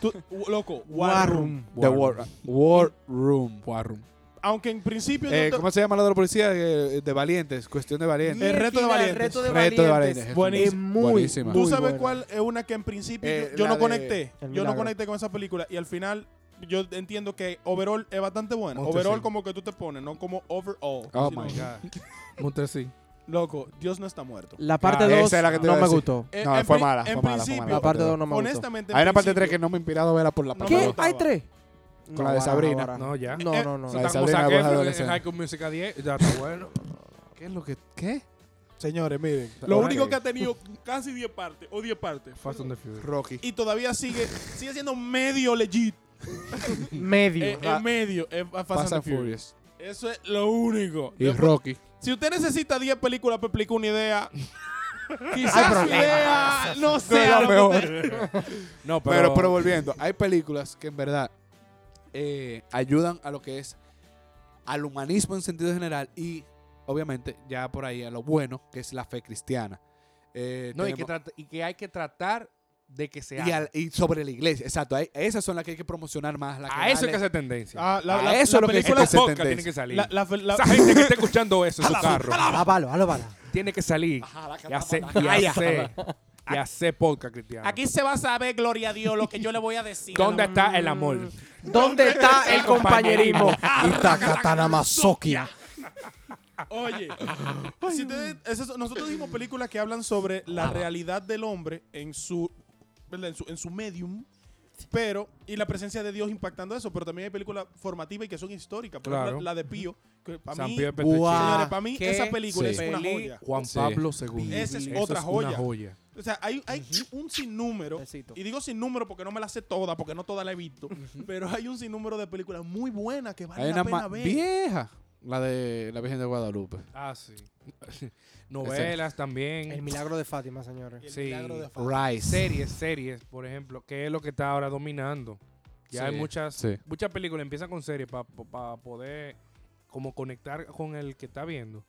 Tú- loco, War
War
Room.
Room.
The War, War Room.
War Room.
Aunque en principio.
Eh,
no te-
¿Cómo se llama la de la policía? Eh, De valientes, cuestión de valientes.
El reto de valientes.
El reto de
Reto
valientes.
de valientes.
Es
Buenísima.
muy,
Buenísima.
¿Tú
muy
sabes
buena.
cuál es una que en principio
Eh,
yo, yo
la
no
de-
conecté?
El
Yo no
milagro.
conecté con esa película. Y al final, yo entiendo que overall es bastante buena.
Monster
Overall,
Inc.
como que tú te pones, no como overall.
Oh
sino- ah,
my God.
Monster sí.
Loco, Dios no está muerto.
La parte
Ah,
2
esa es la que te
no
iba a
me
decir.
gustó.
Eh,
No,
en
fue
pri-
mala,
En
fue mala, fue
principio,
mala.
La parte 2 no me gustó.
honestamente. en
Hay una parte
principio-
3 que no me ha inspirado verla por la
No
parte
me
¿Qué?
dos.
gustaba.
¿Hay tres?
Con la de Sabrina.
No, ya.
Ah.
Eh,
No, no, no.
La de
Está como
Sabrina,
Zac
la
Efron
bruja
en High School Music 10. Ya está bueno.
¿Qué es lo que.? ¿Qué?
Señores, miren. Lo
Ok.
único que ha tenido casi 10 partes o 10 partes.
Fast and the Furious.
Rocky.
Y todavía sigue sigue siendo medio legit.
Medio.
Eh,
Ra-
en medio. Es Fast,
Fast
and Furious.
Furious.
Eso es lo único.
Y Rocky.
Si usted necesita 10 películas para explicar una idea,
Hay
quizás su
problema.
idea no
la
sea lo que
mejor.
usted-
[laughs]
No,
Pero, pero volviendo, hay películas que en verdad eh, ayudan a lo que es al humanismo en sentido general y obviamente ya por ahí a lo bueno que es la fe cristiana. Eh,
No, y que,
tenemos-
trata- y que hay que tratar de que se
y,
haga.
al- y sobre la iglesia, exacto. hay- esas son las que hay que promocionar más. las
A eso hay que
darle-
hacer tendencia.
Ah, la-
A
la-
eso
la
lo que-
película-
es
Ese podcast
tendencia.
tiene que salir.
la- la- la-
[laughs] Esa gente que está escuchando eso
[laughs]
en su carro
Alá palo, alá bala.
tiene que salir
Ajá,
y hacer,
la-
y hacer, y hacer podcast cristiano.
se va a saber, gloria a Dios, lo que yo le voy a decir.
¿Dónde está el amor?
¿Dónde está el compañerismo?
Katana Masokia. [laughs] Oye, si ustedes- es eso, nosotros dijimos películas que hablan sobre la realidad del hombre en su, ¿verdad? en su, en su medium, pero, y la presencia de Dios impactando eso, pero también hay películas formativas y que son históricas, por ejemplo,
Claro.
la, la de Pío, que para
San
mí,
Pío de Petrucci.
Guau.
señores, para mí
Qué
esa película es una
peli-
joya.
Juan
Sí.
Pablo II.
Esa es
Eso
otra joya.
Una joya.
O sea, hay, hay un sinnúmero,
Besito.
y digo sinnúmero porque no me la sé toda, porque no toda la he visto, pero hay un sinnúmero de películas muy buenas que
Hay
valen
una
la
ma-
pena ver.
vieja, la de la Virgen de Guadalupe.
Ah,
[laughs]
sí. Novelas también.
El milagro de Fátima, señores.
El
Sí.
milagro de Fátima.
Rice.
series, series, por ejemplo, que es lo que está ahora dominando. Ya
Sí,
hay muchas,
sí.
muchas películas empiezan con series para poder como conectar con el que está viendo.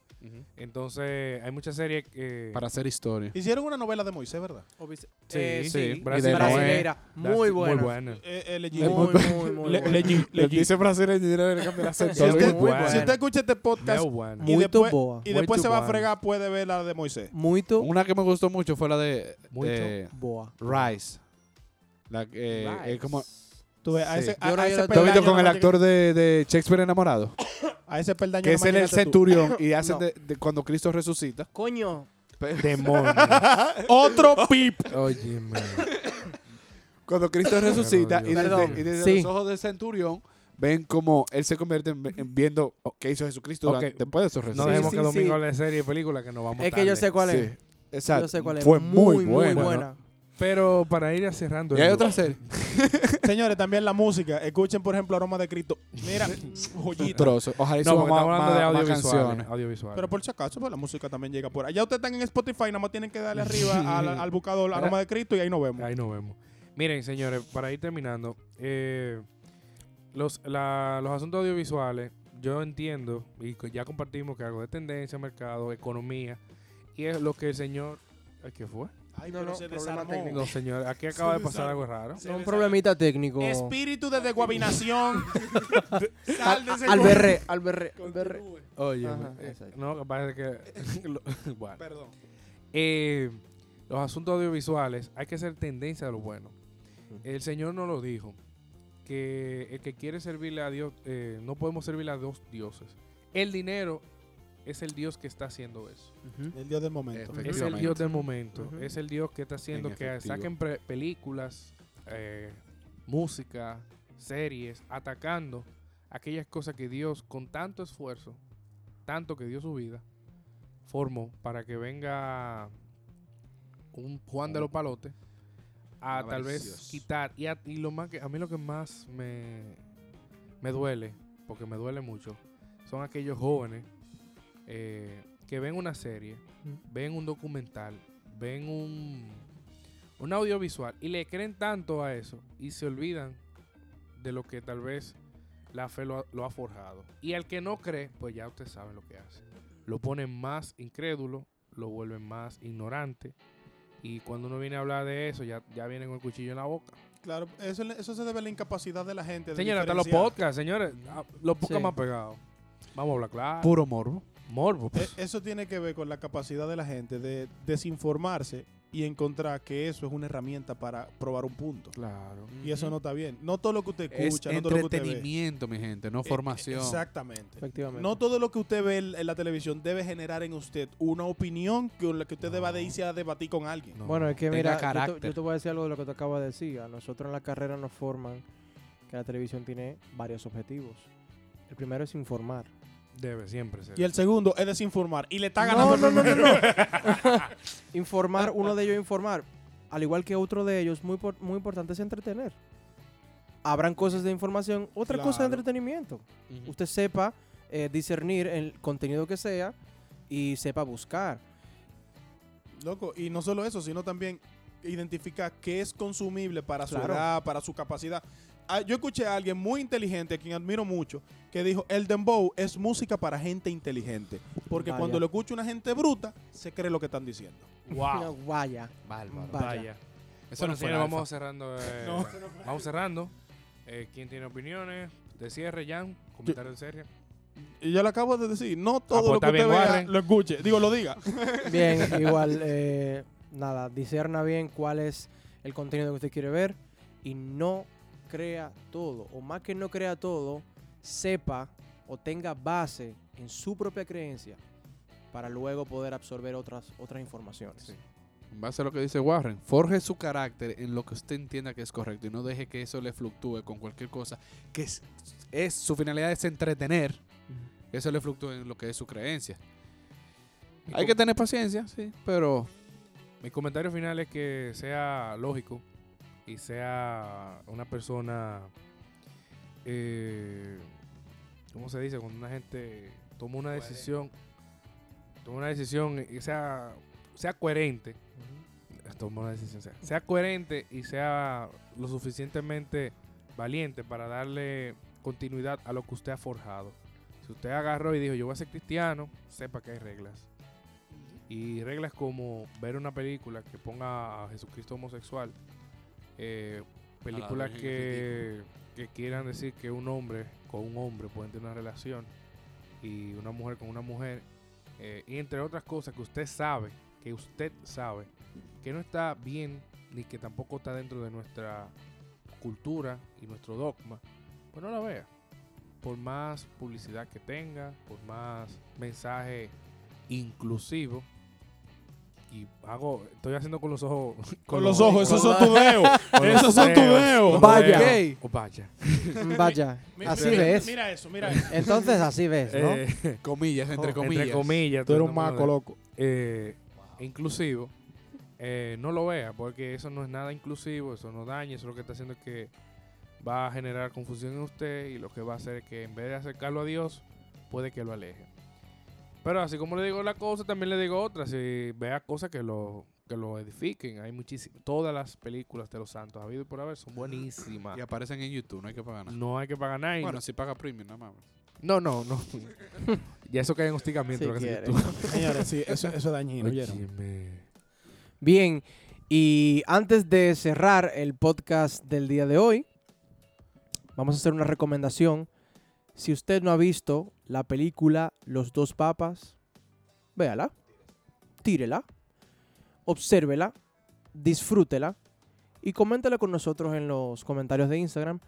Entonces, hay muchas series que eh,
Para hacer historia.
Hicieron una novela de Moisés, ¿verdad?
Sí, sí,
brasileña.
Eh, Brasileira. Muy
Muy
buena.
buena.
Eh, eh, legit.
Muy,
Muy
muy, muy
Le-
buena.
legit,
Le
legit.
dice brasileño y le cambia
[laughs]
el acento.
Si usted,
Muy
si
buena.
usted escucha este podcast
Muy buena.
y
Muy
después,
boa.
y
Muy
después se va a
buena.
fregar, puede ver la de Moisés.
Muy tu
Una que me gustó mucho fue la de,
Mucho.
de
boa.
Rice. La que eh,
Rice.
es como
Tú ves, a
Sí.
ese,
Yo
a,
no
a
vi
ese
la-
¿Tú has visto
peldaño
con el
no llega-
actor de, de Shakespeare enamorado?
A ese peldaño
Que
no
es
más
él el
llegaste tú.
centurión
[laughs]
y hace
No.
de, de cuando Cristo resucita.
Coño.
[laughs]
Demonio.
Otro pip.
Óyeme.
Cuando Cristo resucita y desde,
Perdón.
y desde
Sí.
los ojos del centurión ven como él se convierte en, en viendo qué hizo Jesucristo
Ok.
durante- después de su resurrección.
No dejemos
sí,
que
sí.
Domingo hable de series y películas que nos vamos
Es que yo
tarde.
sé cuál es.
Sí, Exacto.
Yo sé cuál es.
Fue
muy,
muy buena.
buena.
Pero para ir cerrando.
Y hay
el-
otra serie.
Señores, también la música. Escuchen, por ejemplo, Aroma de Cristo. Mira, joyita.
Trozo. Ojalá
No,
hicieran
porque
más,
estamos hablando de
más- más
audiovisuales.
canciones.
audiovisuales.
Pero por si acaso, pues la música también llega por allá. Ustedes están en Spotify, nada más tienen que darle arriba al, al buscador Aroma de Cristo y ahí nos vemos.
Ahí nos vemos. Miren, señores, para ir terminando, eh, los, la- los asuntos audiovisuales, yo entiendo, y co- ya compartimos que algo de tendencia, mercado, economía, y es lo que el señor... ay, ¿Qué fue?
Ay,
No, no, problema técnico.
No, señor, aquí acaba de
Se
pasar
desarmó.
algo raro.
Se
No, un
desarmó.
problemita técnico.
Espíritu de desguabinación. Sal
Al
de ese
alberré, alberré, alberré.
Oye,
Ajá,
Eh,
exacto.
No, capaz de que... [laughs] lo- bueno.
Perdón.
Eh, los asuntos audiovisuales, hay que hacer tendencia a lo bueno. El Señor nos lo dijo, que el que quiere servirle a Dios, eh, no podemos servirle a dos dioses. El dinero es el Dios que está haciendo eso.
El dios del momento.
Efectivamente.
Es el Dios del momento.
Ujú.
Es el Dios que está haciendo
En
que
efectivo.
saquen pre- películas, eh, música, series, atacando aquellas cosas que Dios, con tanto esfuerzo, tanto que dio su vida, formo para que venga un Juan de los Palotes a tal vez
Avaricioso.
quitar. Y, a, y lo más que, a mí lo que más me, me duele, porque me duele mucho, son aquellos jóvenes eh, que ven una serie, ven un documental, ven un, un audiovisual y le creen tanto a eso y se olvidan de lo que tal vez la fe lo ha, lo ha forjado. Y al que no cree, pues ya ustedes saben lo que hace. Lo ponen más incrédulo, lo vuelven más ignorante. Y cuando uno viene a hablar de eso, ya, ya viene con el cuchillo en la boca.
Claro, eso, le- eso se debe a la incapacidad de la gente. de
Señores, hasta los
diferenciar.
podcasts, señores. ah, Los podcasts
Sí.
más pegados. Vamos a hablar claro.
Puro morbo.
Morbo. pues.
E- Eso tiene que ver con la capacidad de la gente de desinformarse y encontrar que eso es una herramienta para probar un punto.
Claro.
Y eso no está bien. No todo lo que usted
Es
escucha, no todo lo que usted ve.
entretenimiento, mi gente,
Eh,
no formación.
Exactamente.
Efectivamente.
No todo lo que usted ve en en la televisión debe generar en usted una opinión con la que usted deba de irse a debatir con alguien.
No,
Bueno, es que
tenga
mira, yo te- yo te,
carácter.
voy a decir algo de lo que tú acabas de decir. A nosotros en la carrera nos forman que la televisión tiene varios objetivos. El primero es informar.
Debe siempre ser.
Y el segundo es desinformar. Y le está
No,
ganando.
no, no, no, no. [laughs] informar, uno de ellos informar. Al igual que otro de ellos, muy, por- muy importante es entretener. Habrán cosas de información, otra cosa de
Claro.
entretenimiento. Usted sepa eh, discernir el contenido que sea y sepa buscar.
Loco, y no solo eso, sino también identificar qué es consumible para su
Claro.
edad, para su capacidad. Ah, Yo escuché a alguien muy inteligente, a quien admiro mucho, que dijo, el dembow es música para gente inteligente. Porque
Vaya.
cuando lo escucha una gente bruta, se cree lo que están diciendo.
Una
Wow.
guaya.
Bárbaro.
Vaya.
Eso
Bueno,
no fue
señores,
alfa.
vamos cerrando. eh, Vamos cerrando. Eh, ¿Quién tiene opiniones? De cierre, Jan. Comentario en serio.
Y yo le acabo de decir, no todo
pues
lo que
está
usted
bien,
vea
Warren.
lo escuche. Digo, lo diga.
Bien, [laughs] igual, eh, nada, discerna bien cuál es el contenido que usted quiere ver y no crea todo, o más que no crea todo, sepa o tenga base en su propia creencia para luego poder absorber otras, otras informaciones.
Sí.
En base a lo que dice Warren, forje su carácter en lo que usted entienda que es correcto y no deje que eso le fluctúe con cualquier cosa que es, es- su finalidad es entretener. que Eso le fluctúe en lo que es su creencia.
Mi
Hay
com-
que tener paciencia, sí, pero
Mi comentario final es que sea lógico y sea una persona. eh, ¿Cómo se dice? Cuando una gente toma una decisión, toma una decisión y sea, sea coherente. Toma una decisión, sea, sea coherente y sea lo suficientemente valiente para darle continuidad a lo que usted ha forjado. Si usted agarró y dijo, yo voy a ser cristiano, sepa que hay reglas. Y reglas como ver una película que ponga a Jesucristo homosexual, eh, películas
Virgen
que, que quieran decir que un hombre con un hombre pueden tener una relación y una mujer con una mujer, eh, y entre otras cosas que usted sabe, que usted sabe, que no está bien ni que tampoco está dentro de nuestra cultura y nuestro dogma, pues no la vea. Por más publicidad que tenga, por más mensaje inclusivo. Y hago, estoy haciendo con los ojos. [laughs]
Con los ojos, esos son tus dedos.
con los
esos son tus dedos.
con los
Vaya.
dedos. O vaya.
Mm, [laughs] Vaya,
Mi-
así
mira,
ves.
Mira eso, mira eso.
Entonces así ves, ¿no?
Eh,
comillas, entre comillas.
Entre comillas. pues,
Tú eres un
tratando de-
maco, loco.
eh, inclusivo, eh, no lo vea, porque eso no es nada inclusivo, eso no daña, eso lo que está haciendo es que va a generar confusión en usted y lo que va a hacer es que en vez de acercarlo a Dios, puede que lo aleje. Pero así como le digo la cosa, también le digo otra, si vea cosas que lo, que lo edifiquen, hay muchísimas, todas las películas de los santos, habido y por haber, son buenísimas.
Y aparecen en YouTube, no hay que pagar nada.
No hay que pagar nada. y
Bueno, si paga premium, nada más.
No, no, no. ya eso cae en hostigamiento.
Si
lo que hace
quiere.
YouTube.
Señores, sí,
[laughs]
eso, eso es dañino, ¿oyeron?
Óyeme.
Bien, y antes de cerrar el podcast del día de hoy, vamos a hacer una recomendación. Si usted no ha visto la película Los dos papas, véala, tírela, obsérvela, disfrútela y coméntela con nosotros en los comentarios de Instagram.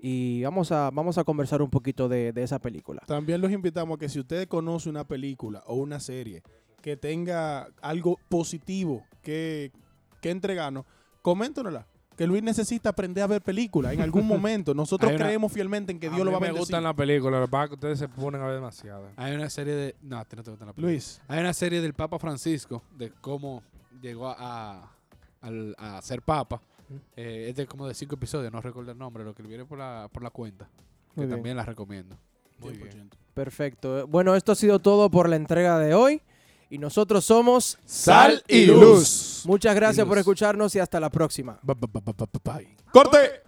Y vamos a, vamos a conversar un poquito de, de esa película.
También los invitamos a que si usted conoce una película o una serie que tenga algo positivo que, que entregarnos, coméntenosla. que Luis necesita aprender a ver películas en
[laughs]
algún momento. Nosotros
Hay una-
creemos fielmente en que
A
Dios
mí
lo va a
me
bendecir.
gustan las películas, lo que pasa es que ustedes se ponen a ver demasiado.
Hay una serie de. No, a ti no te gustan las películas.
Luis,
Hay una serie del Papa Francisco de cómo llegó a, a- al- a ser Papa.
¿Mm?
Eh, es de como de cinco episodios, no recuerdo el nombre, lo que viene por la, por la cuenta. Que
Muy bien.
también la recomiendo.
Muy
100%.
bien.
Perfecto. Bueno, esto ha sido todo por la entrega de hoy. Y nosotros somos.
Sal
y luz.
Muchas gracias por
Dios.
escucharnos y hasta la próxima.
Ba- ba- ba- ba- ba- Bye.
¡Corte!